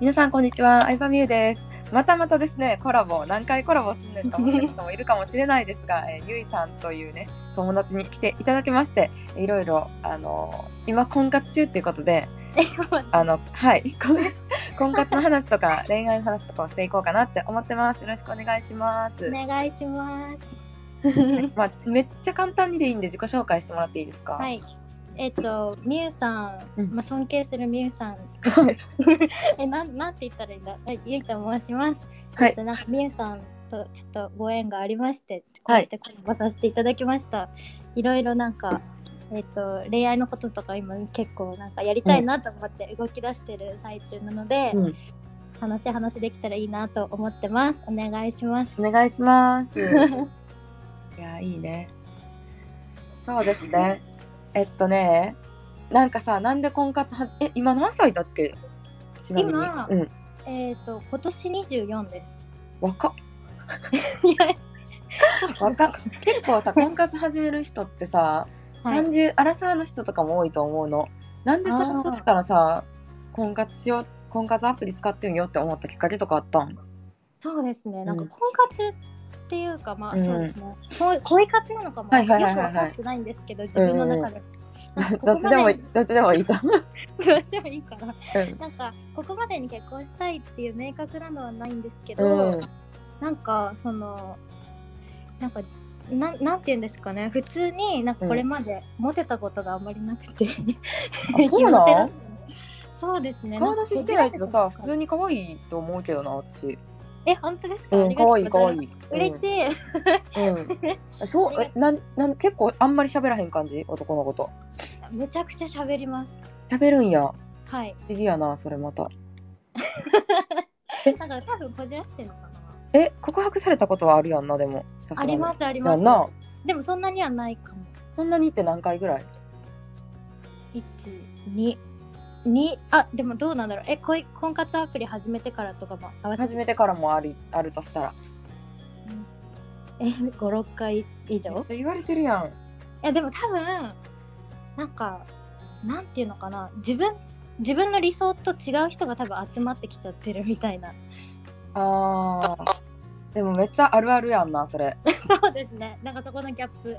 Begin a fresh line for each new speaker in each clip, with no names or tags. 皆さんこんにちは、アイファミューです。またまたですね、コラボ、何回コラボすんねんと思ってる人もいるかもしれないですが、 えーゆいさんというね、友達に来ていただきまして、いろいろ、あのー今婚活中っていうこと で、あの、はい、 婚婚活の話とか恋愛の話とかをしていこうかなって思ってます。よろしくお願いします。
お願いします。
まあ、めっちゃ簡単にでいいんで自己紹介してもらっていいですか。
はい。えっと、みゆさん、
うん
まあ、尊敬するみゆさん。
はい。
え、なん、なんて言ったらいいんだ。はいゆいと申します。
は
えっ
い。
と、なんか、みゆさんとちょっとご縁がありまして、こ
は
う
い
してコラボさせていただきました。い、ろいろなんか、えっと、恋愛のこととか今結構なんかやりたいなと思って動き出してる最中なので、
うん
話話できたらいいなと思ってます。お願いします。
お願いします。いや、いいね。そうですね。えっとね、なんかさ、なんで婚活は、え、今何歳だっけちなみに。
今
うん。
えっと、今年24です。
若っ
いや
若っ結構さ、婚活始める人ってさ、
はい
三十アラサーの人とかも多いと思うの。なんでその年からさ、婚活しよう、婚活アプリ使ってみようって思ったきっかけとかあったん
そうですね、なんか
うん
婚活っていうか、まあ、
うん
そうですね、恋恋活なのかも、
はいはい
よ
は
く
いはい
分かってないんですけど、自分の中で。なんかこ
ど
こ
っち
ま
でもい
に
い、どっちでもいいと。
どっちでもいいかな。
うん
なんか、ここまでに結婚したいっていう明確なのはないんですけど、
うん
なんか、その、なんか、なんなんて言うんですかね、普通になんかこれまでモテたことがあんまりなくて、
あそうなの
モテら そうですね。
顔出ししてないけど
な
さ、
んか
普通に可愛いと思うけどな、私。
え、本当ですか、
うん、可愛い可愛
い。
い。
嬉しい。
い。 うん。そう、え、なん、なん、結構あんまり喋らへん感じ、男のこと。
めちゃくちゃ喋ります。
喋るんや。
はい。
不思議やな、それまた。
なんか多分こじらしてるのかな。
え、告白されたことはあるやんな、でも。さすが
あ
に
りますあり
や
ま
んな
す。。でもそんなにはないかも。
そんなにって何回ぐらい。
一二二あでもどうなんだろう。えこい婚活アプリ始めてからとかも合わせ
始
て
めてからもあり、あるとしたら。
え五六回以上。
め
い
っちゃ言われてるやん。
やでも多分なんかなんていうのかな自分自分の理想と違う人が多分集まってきちゃってるみたいな。
ああ。でもめっちゃあるあるやんな、 それ。
そうですね。なんかそこのギャップ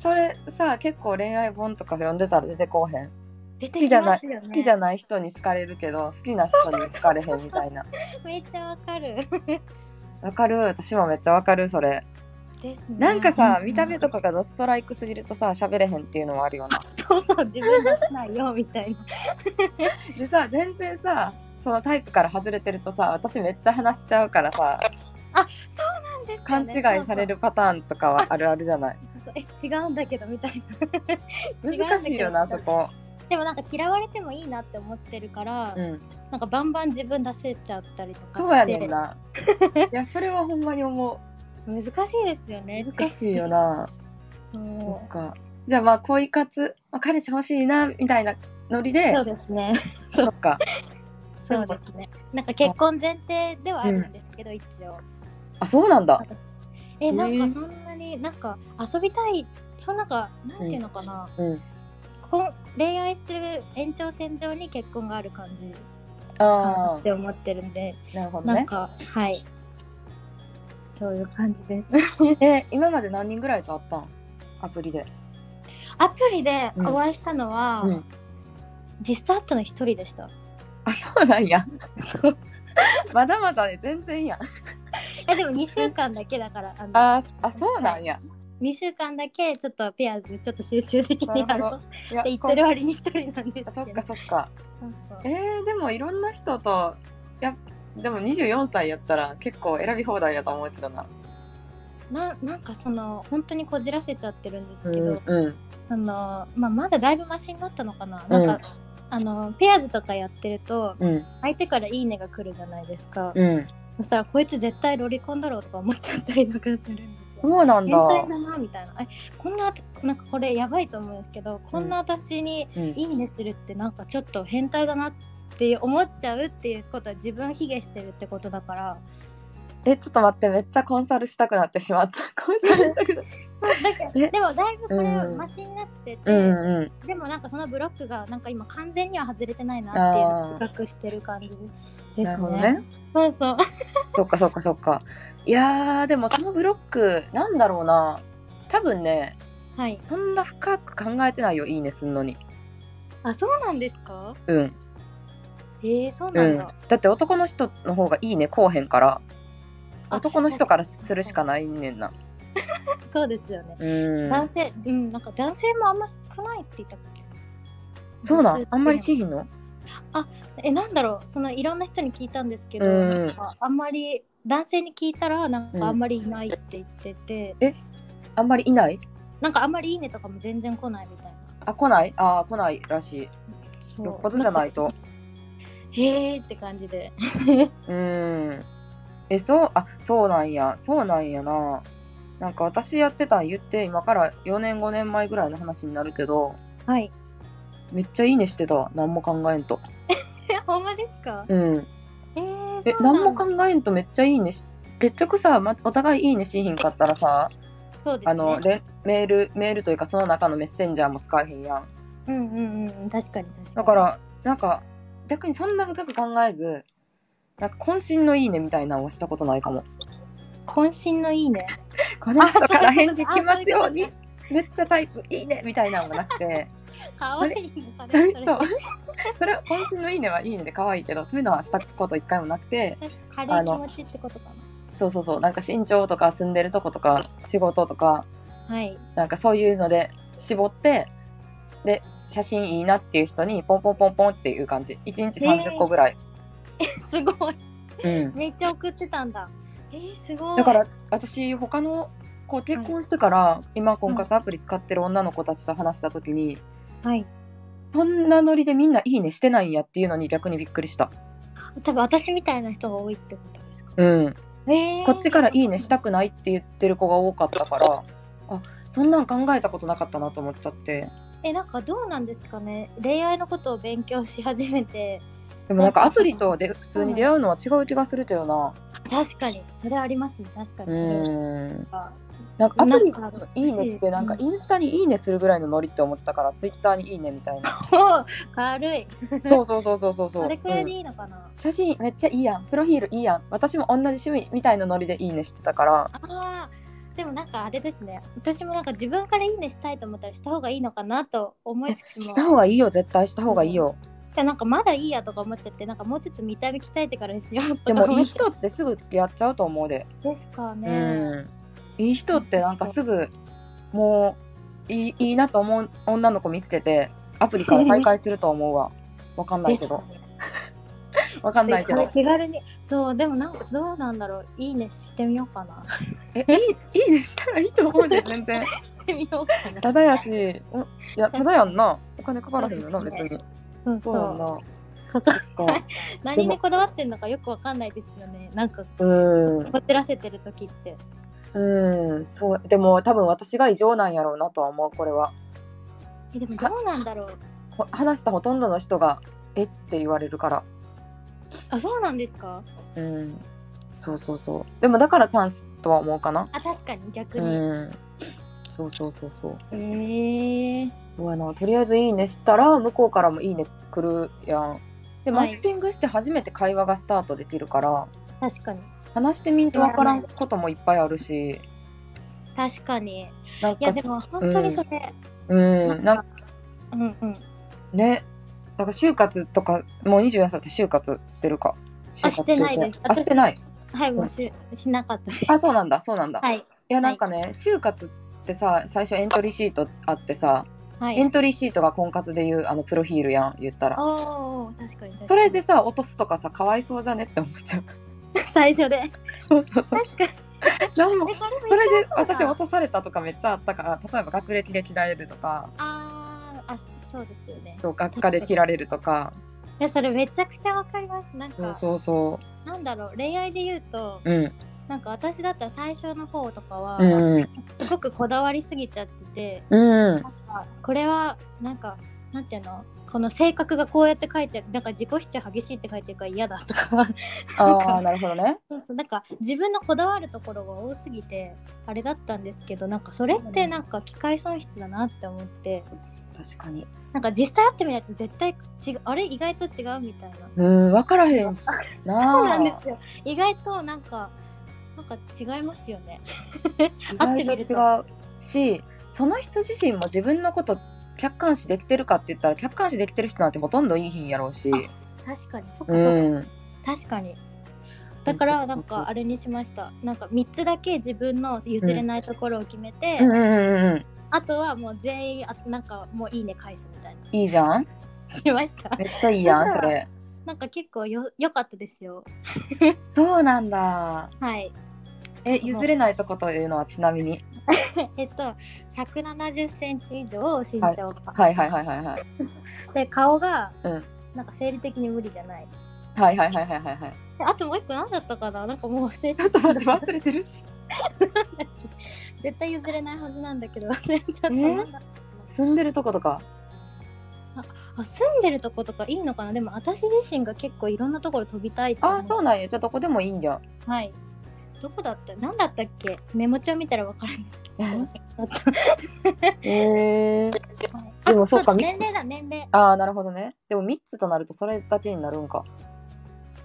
それさ、結構恋愛本とか読んでたら出てこうへん。
出
好
て
き
き
じゃな
ま
い、
すよね。
好きじゃない人に好かれるけど、好きな人に好かれへんみたいな。
めっちゃわかる。
わかる、私もめっちゃわかる、それ。
ですね。
なんかさ、
う
見た目とかがドストライクすぎるとさ、喋れへんっていうのもあるよな。
そうそう自分出さないよみたいな。
でさ、全然さ、そのタイプから外れてるとさ、私めっちゃ話しちゃうからさ、勘違いされるパターンとかはあるあるじゃない。
そうそうえ違うんだけどみたいな違うんだけど
難しいよな、そこ。
でもなんか嫌われてもいいなって思ってるから、
うん。
なんかバンバン自分出せちゃったりとか
そうや
して
ねん な。いや、それはほんまに思
難しいですよね
う。難しいよな。そ
も
っか。じゃあまあ、恋活、まあ、彼氏欲しいな、みたいなノリ
う
で
そ、うですね
そっか。
そうですねなんか結婚前提ではあるんですけど、一応
あ、そうなんだ。
えなん
へえ
かそんなになんか遊びたいそんなんかなんていうのかな、
うん。
こん恋愛する延長線上に結婚がある感じかな
あ
って思ってるんで
あ、なるほど
なん
ね。
か、はい。そういう感じです。
え、今まで何人ぐらいと会ったんアプリで。
アプリで
うん
お会いしたのは、
うん。
実際会ったの一人でした。
あ、そうなんや。
そう。
まだまだね、全然やん。
え、でも2週間だけだから、あの
ああ、そうなんや。
2週間だけちょっとペアーズ、ちょっと集中的にやろうって
いや
言ってる割に一人なんです
こんそっ
けど
か。そっか。
そうそう
えー、でもいろんな人と、いや、でも24歳やったら結構選び放題やと思うけどな。
ななんかその本当にこじらせちゃってるんですけど、
うん。
あのまあ、まだだいぶマシになったのかな、
うん
なんかあのペアーズとかやってると
うん。
相手から「いいね」が来るじゃないですか、
うん。
そしたらこいつ絶対ロリコンだろうとか思っちゃったりとかするんですよ。
そうなんだ。
変態だなみたいな。えこんななんかこれやばいと思うんですけど、こんな私に
うん
いいねするってなんかちょっと変態だなって思っちゃうっていうことは自分を卑下してるってことだから。
え、ちょっと待って、めっちゃコンサルしたくなってしまった。コンサルしたくなっ え
でもだいぶこれ
うん
マシになってて、
うんうん。
でもなんかそのブロックがなんか今完全には外れてないなっていうのを自覚してる感じですね。
なるほどね。
そうそう。
そっかそっかそっか。いやー、でもそのブロック、なんだろうな。多分ね、
はい。
そんな深く考えてないよ、いいねすんのに。
あ、そうなんですか。
うん。
ええそう
う
なん
ん
だ。。
だって男の人の方がいいね、こうへんから。
あ
男の人からするしかないねんな。
そうですよね。
うん。
男性、うん、なんか男性もあんま少ないって言ったっけ。
そうな
男性
ん
って
あんまりしひんの
え、なんだろう、そのいろんな人に聞いたんですけど、
うん
なんかあんまり。男性に聞いたら、なん
うん
かあんまりいないって言ってて、
あんまりいない
なんかあんまりいいねとかも全然来ないみたいな。
あ、来ないあー来ないらし
そ
い。
う
よっぽどじゃないと。。
へえーって感じで。
うん。え、そう、あ、そうなんや。そうなんやな。なんか私やってたん言って、今から4年5年前ぐらいの話になるけど、
はい。
めっちゃいいねしてたわ。何も考えんと。
え、ほんまですか。
うん。
えー、
え、
そうなん
何
だ
も考えんとめっちゃいいねし、結局さ、ま、お互いいいねしひんかったらさ、
そうですね。
あの、れメール、メールというかその中のメッセンジャーも使えへんやん。
うんうんうん、確かに確かに。
だか、ら、なんか、逆にそんな深く考えず、なんか渾身のいいねみたいなのをしたことないかも。
渾身のい いね。
この人から返事来ますよう
あ
に、めっちゃタイプいいねみたいなのがなくて、
可愛いね、 そ
それ
れ。
そ
そうれ。
それは渾身のいいねはいいねで可愛いけど、そういうのはしたこと一回もなくて、
軽い気持ちってことか
そうそうそう、なんか身長とか住んでるとことか仕事とか、
な。はい。
なんかそういうので絞って、で、写真いいなっていう人にポンポンポンポンっていう感じ。1日30個ぐらい。
すごい。
うん。
めっちゃ送ってたんだ。えー、すごい。
だか、ら私他のこう結婚してから、今婚活アプリ使ってる女の子たちと話した時に、
はい。
そんなノリでみんな「いいね」してないんやっていうのに逆にびっくりした、
多分私みたいな人が多いってことですか。
うん、
えー、
こっちから「いいね」したくないって言ってる子が多かったからあそんなん考えたことなかったなと思っちゃって
え、なんかどうなんですかね。恋愛のことを勉強し始めて、
でもなんかアプリとで普通に出会うのは違う気がするけどな
確かに、それありますね。確かに。
う
それ
ん
は
なんかアプリ
なん
の
か
「いいね」ってなんかインスタに「いいね」するぐらいのノリって思ってたからツイッターに「いいね」みたい な
おー軽い。
そうそうそうそうそうそう
それくらいで
うん
いいのかな。
写真めっちゃいいやんプロフィールいいやん私も同じ趣味みたいなノリでいいねしてたから
あーでもなんかあれですね私もなんか自分からいいねしたいと思ったらした方がいいのかなと思いつつも
した方がいいよ絶対した方がいいよ、
でなんかまだいいやとか思っちゃってなんかもうちょっと見た目鍛えてからにしようと
で
か
も
思
いい
っちゃ
人ってすぐ付き合っちゃうと思うで、
うですかね、
うんいい人ってなんかすぐもういいいいなと思う女の子見つけてアプリから再開すると思うわわかんない
で
け
すか
ど
ね
わかんないけ
で
ど
気軽にそうでもなんかどうなんだろういいねしてみようかな
えいいいいねしたらいいと思うで全然
してみようか な
ただやしおいやただやんなお金かからへんよな
そう
別
ですね
に
そう
そ
そう
やんな
そう
そっか
何にこだわってんのかよくわかんないですよねなんか
うん
こってらせてる時って
うん、そう、でも多分私が異常なんやろうなとは思う、これは。
えでもどうなんだろう
ほ話したほとんどの人が、えって言われるから。
あそうなんですか
うん。そうそうそう。でもだからチャンスとは思うかな。
あ確かに逆
う
に、
ん。そうそうそうそう。
えー、
そうやな、とりあえずいいねしたら、向こうからもいいね来るやん。で、マ
はい
ッチングして初めて会話がスタートできるから、
確かに
話してみんとわからんこともいっぱいあるし、
確かにい
なん
や
か
で、も本当にそれ、
うん、なんか
うん、うん
ね、なんか就活とか、もう24歳って就活してるか。
あしてないです
就活あ、
私
してない。
はいもうししなかったです
あ、そうなんだ、そうなんだ。、
はいい
や、なんかね、就活ってさ、最初エントリーシートあってさ、
は
エン
い
トリーシートが婚活でいう、あの、プロフィールやん、言ったら。
おー確かに確かに
それでさ、落とすとかさ、かわいそうじゃねって思っちゃう。
最初 で
そうそうそう。
確かに
なんも
えそれ
それで
めっちゃ
私
あ
落とされたとかめっちゃあったから、例えば学歴で切られるとか、
あーあそうですよね
そう学科で切られるとか、
いやそれめちゃくちゃわかりますなんか
そうそうそ
なんだろう恋愛で言うと
う。うん、
なんか私だったら最初の方とかは、
うん、
すごくこだわりすぎちゃってて
うん、
なんかこれはなんかなんていうのこの性格がこうやって書いてなんか自己主張激しいって書いてるから嫌だとか
ああ、なるほどね。
そうそうなんか自分のこだわるところが多すぎてあれだったんですけどなんかそれってなんか機械損失だなって思って
確かに。
なんか実際会ってみないと絶対違うあれ意外と違うみたいな
うん、分からへんし。なあ。
そうなんですよ意外となんかなんか違いますよね
意
会
外
ってみると
と違うしその人自身も自分のこと客観視できてるかって言ったら客観視できてる人なんてほとんどいいひんやろうし、
確かにそっか
う
そっか、
ん、
確かにだからなんかあれにしましたなんか3つだけ自分の譲れないところを決めて、
うんうんうんう
あとはもう全員あなんかもういいね返すみたいなん
いいじゃん
しました
めっちゃいいやん
だ
そ
から
れ
なんか結構よ良かったですよ
そうなんだ
はい
え譲れないとこというのはちなみに
えっと1 7 0ンチ以上身長が、
はいはいはいはいはい
で顔が、
うん
なんか生理的に無理じゃない
はいはいはいはいはいはい
であともう一個何だったかななんかもう生理
ちょっと待って忘れてるし
絶対譲れないはずなんだけど 忘れちゃった、
えー住んでるとことか
あ住んでるとことかいいのかなでも私自身が結構いろんなところ飛びたいって思
ああそうなんやじゃあどこでもいいんじゃん
はいどこだった何だったっけメモ帳見たらわかるんですけど
えー
ちょっと忘れ
へえ
ちゃったはい
でもそっか
あう年齢だ年齢
ああなるほどねでも3つとなるとそれだけになるんか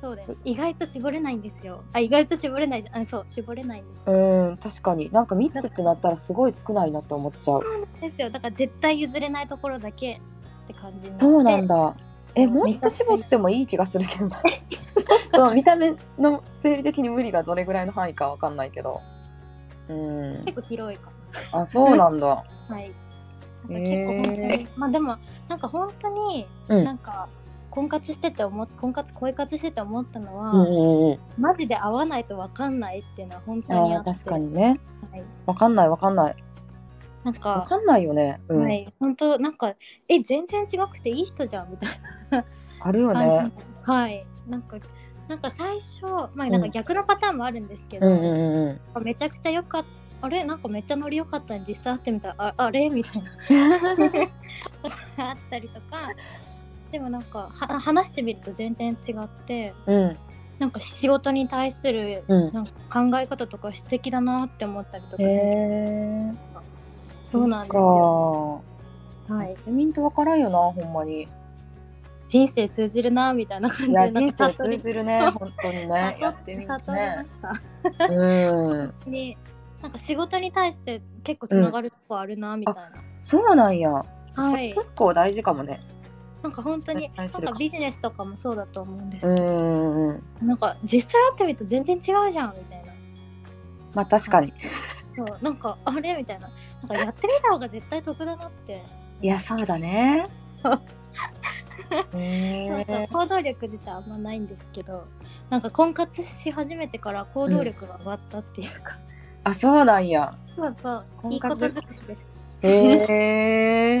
そうです意外と絞れないんですよあ意外と絞れないあそう絞れないんです、
うん確かになんか3つってなったらすごい少ないなって思っちゃう
ですよだから絶対譲れないところだけって感じになって
そうなんだえ
うん
もっと絞ってもいい気がするけど なそう見た目の生理的に無理がどれぐらいの範囲かわかんないけどうん
結構広いか
あそうなんだ
なはいなんか結構本当に、
え
まあでもなんか本当に
うん
なんか婚活してて思っ婚活恋活してて思ったのは、
うんうんうん
マジで合わないと分かんないっていうのは本当にあ
あー
っ
確
て
かにね
はい、
わかんないわかんない
なん
わ
か、
かんないよねうん、
はい、本当なんかえ全然違くていい人じゃんみたい
あるよ
な感じ、
ね
はいなんかなんか最初まあなんか逆のパターンもあるんですけ
う
ど、
んうんうん うん
めちゃくちゃ良かったあれなんかめっちゃノリ良かったのに実際会ってみたらああれみたいなあったりとかでもなんかは話してみると全然違って
うん
なんか仕事に対する
うん
なんか考え方とか素敵だなって思ったりとかす
へ
る
え
そうなんですよ、
よ
は
はい
い、
みんとわからんよなほんまに
人生通じるなみたいな
い
感 じでな
や
んか
人生
悟り
通じるね本当にねやってみる
悟
と
り
ね
まし
うん
たになんか仕事に対して結構つながるとこあるなみたい
そうなんや
な、はい
それ結構大事かもね
なんか本当に
絶
な
対
ん
する
かビジネスとかもそうだと思うんですけ
う
ど、
んうん
なんか実際会ってみると全然違うじゃんみたいな
まあ確かに
そうなんかあれみたいななんかやってみた方が絶対得だなって
いやそうだ ね
そうそう
へ
そう
え
行動力自体あんまないんですけどなんか婚活し始めてから行動力が上がったっていうか、
あそうなんや
そうそういい
婚
こ
活
と尽くしです
へえ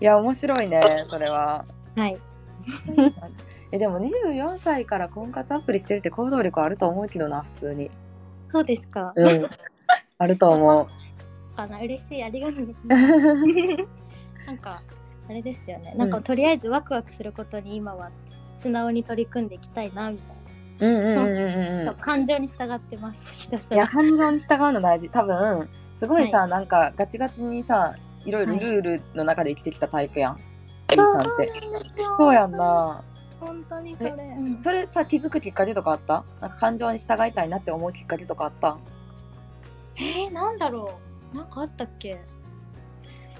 いや面白いねそれは
はい
えでも24歳から婚活アプリしてるって行動力あると思うけどな普通に
そうですか、
うんあると 思
かな嬉しいありがと うございます
う
なんかあれですよねなんかとりあえずワクワクすることに今は素直に取り組んでいきたいなみたい
うんうんうんうん
な、
うん
感情に従ってます ひたす
いや
ら
感情に従うの大事多分すごいさ、なんかガチガチにさいろいろ
はい
ルールの中で生きてきたタイプやん、A
そう
さんって
そうなんですよ
そうやんな
本当にそれ、
え
うん
それさ気づくきっかけとかあったなんか感情に従いたいなって思うきっかけとかあった
えー、なんだろうなんかあったっけ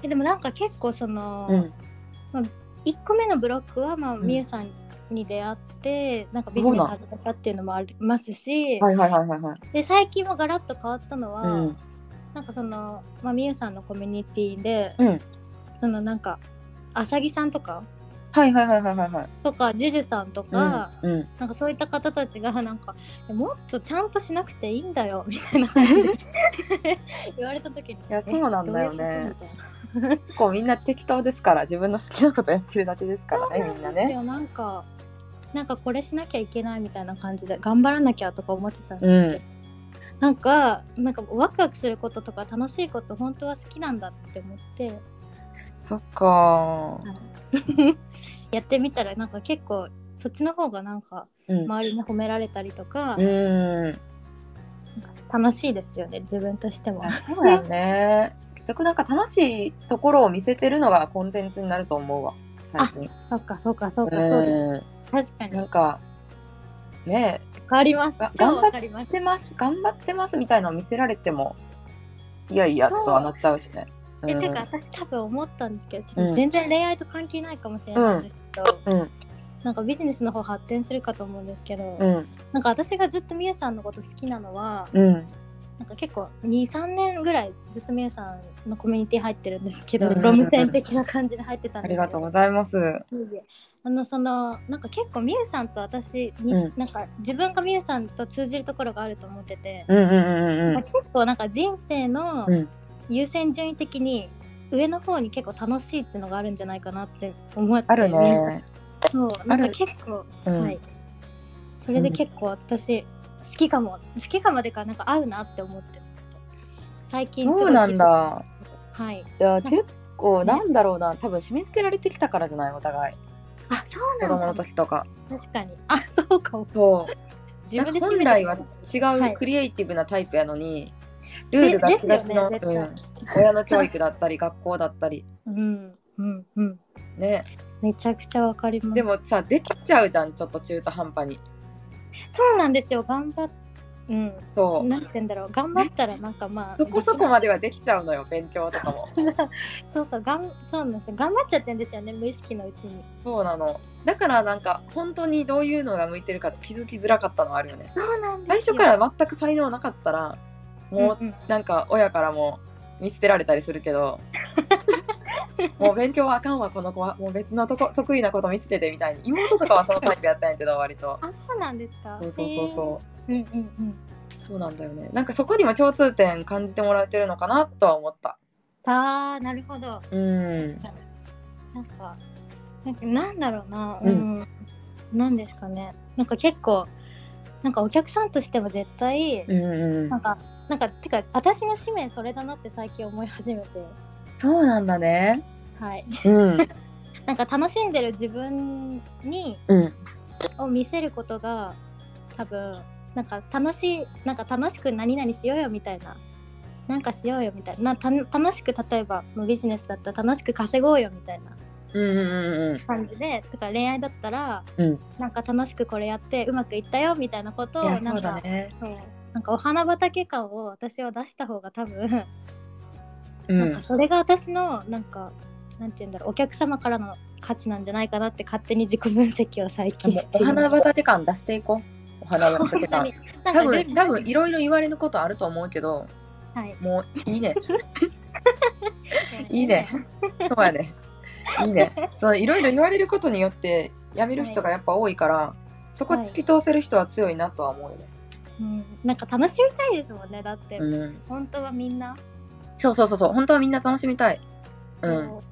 えでもなんか結構その、
うん
一1個目のブロックはまあ
うん
みゆ、さんに出会ってなんかビジネス始めたっていうのもありますし、
はいはいはいはいはい
で最近はガラッと変わったのは、
うん
なんかその、まあ、みゆさんのコミュニティで、
うん
そのなんかあさぎさんとか
はいはいはいはいはいはい
とかジュジュさんとか、
うんうん
なんかそういった方たちがなんかもっとちゃんとしなくていいんだよみたいな感じ で言われた時に
いやそうなんだよね
えどういうことみたいな
結構みんな適当ですから自分の好きなことやってるだけですからねみんな
そうです
ね
よなんかなんかこれしなきゃいけないみたいな感じで頑張らなきゃとか思ってたんですけど、なんかなんかワクワクすることとか楽しいこと本当は好きなんだって思って
そっか
やってみたらなんか結構そっちの方がなんか
うん、
周りに褒められたりとか,、
うん
楽しいですよね自分としても。
そうやね結局なんか楽しいところを見せてるのがコンテンツになると思うわ最近
そっかそっかそっかそうで
う
す。確かに
んな
変
んかねえ
わります
が。
超
頑張っ
わかりま
や
す
っ。てます頑張ってますみたいなのを見せられてもいやいや
そう
とはなっちゃうしね
え
うん
てか私多分思ったんですけどちょっ
うん
と全然恋愛と関係ないかもしれないんですけど、
うん
なんかビジネスの方発展するかと思うんですけど、
うん
なんか私がずっとみゆさんのこと好きなのは、
うん
なんか結構23年ぐらいずっとみゆさんのコミュニティ入ってるんですけど、
うんうんうん
ロム線的な感じで入って
あ
たんですけ
り
ど
がとうございます
いえいえあのそのなんか結構みゆさんと私に、
うん
なんか自分がみゆさんと通じるところがあると思ってて、
うんうんうん
まあ
う
結構なんか人生の
うん
優先順位的に上の方に結構楽しいってのがあるんじゃないかなって思って
ある
みゆさん
ね
そうなんか結構、
うん
はいそれで結構私好きかも好きかもでかなんか合うなって思ってます最近すごい
そうなんだ
はい
いや結構なんだろうな多分締め付けられてきたからじゃないお互い
あそ
子
うなん
供
だ
の時とか
確かにあそうかも
そう
自分で
なんか本
締めた
来
い
は
は
違う
い
クリエイティブなタイプやのに、ルールがちがちの、
でですよね
うん、親の教育だったり学校だったり
うんうんうん
ね
めちゃくちゃわかります
でもさできちゃうじゃんちょっと中途半端に
そうなんですよ頑張っうん
そう
なんて言うんだろう頑張ったらなんかまあ
そこそこまではできちゃうのよ勉強とかも
そうそうがんそうなんですよ頑張っちゃってんですよね無意識のうちに
そうなのだからなんか本当にどういうのが向いてるかって気づきづらかったのはあるよね
そうなんです
最
よ
初から全く才能なかったらも
うんうん
うなんか親からも見捨てられたりするけ どもう勉強はあかんわこの子はもう別のとこ得意なこと見つけてみたいに妹とかはそのタイプやったんやけど割と
あそうなんですか
そうそうそうそう
う、うんうんうん
そうなんだよねなんかそこにも共通点感じてもらえてるのかなとは思った
あーなるほど
うん
なんかなんかなんだろうな
う
うんん、なんですかねなんか結構なんかお客さんとしても絶対、
うんうん
なんかなんかてか私の使命それだなって最近思い始めて
そうなんだね
はい
うん
なんか楽しんでる自分に
うん
を見せることが多分なんか楽しいなんか楽しく何々しようよみたいななんかしようよみたいななた楽しく例えばもうビジネスだったら楽しく稼ごうよみたいな
うんうんうん
感じでとか恋愛だったら、
うん
なんか楽しくこれやってうまくいったよみたいなこと
い
を
や
な
そうんだ
か
ね
そうなんかお花畑感を私は出した方が多分、
う
なんか
ん
それが私のなんかなんて言うんだろうお客様からの価値なんじゃないかなって勝手に自己分析を最近して
お
います
花畑感出していこうお花畑
本当
感
に なん
多
かル
分多分いろいろ言われることあると思うけど
はい、
もういいねいいね。そうやねいいねそのいろいろ言われることによってやめる人がやっぱ多いから、そこ突き通せる人は強いなとは思うよね、
うん、なんか楽しみたいですもんね、だって、
うん
本当はみんな。
そうそうそうそう本当はみんな楽しみたいうん
そ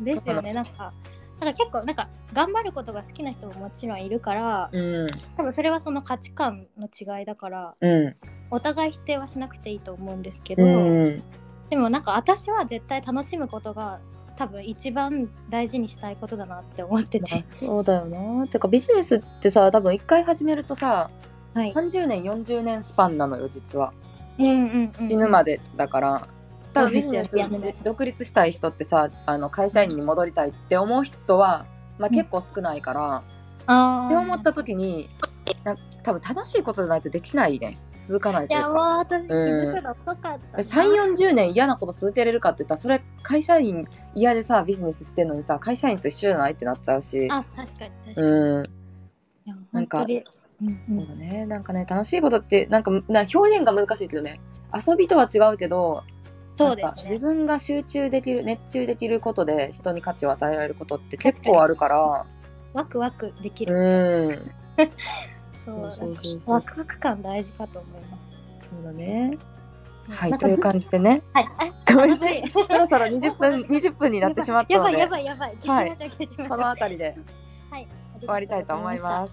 うですよね、なんか、なんか結構、なんか頑張ることが好きな人ももちろんいるから、
うん
多分それはその価値観の違いだから、
う
お互い否定はしなくていいと思うんですけ
んう
ど、
ん
でもなんか私は絶対楽しむことが多分一番大事にしたいことだなって思ってて、
そうだよなてかビジネスってさ多分一回始めるとさ
はい。
30年40年スパンなのよ実は
うんうんうん。
死ぬまでだから多分ビジネ
そうですよね
ス独立したい人ってさあの会社員に戻りたいって思う人は、まあ、
うん
結構少ないから、
あー
って思った時になんか多分正しいことじゃないとできないね続かない
い
という
や、もう
か
私気づくの遅かったな。
3 4 0年嫌なこと続けれるかって言ったらそれ会社員嫌でさビジネスしてんのにさ会社員と一緒じゃないってなっちゃうし
あ、確かに確かに。
うん
いや
なん
本
か
当にうんう
そうんだね、なんかね楽しいことってなんかな表現が難しいけどね遊びとは違うけど
そうで
なんか
す
自
ね。
分が集中できる熱中できることで人に価値を与えられることって結構あるから
ワクワクできる。
うん
そ
そう
う
そうそうそう
ワクワク感大事かと思いま
そうだね
す。
はい
なん
と
か
いう感じでね
はい。あ
ごめんな
楽
さ
し
い
い
そろそろ20分20分に なってしまった
や
の
ばいや
で
ばいやばい。聞き
は
ま
い
しょう聞きましょ
こ
う。
の
は
辺りで
い。。
終わりたいと思います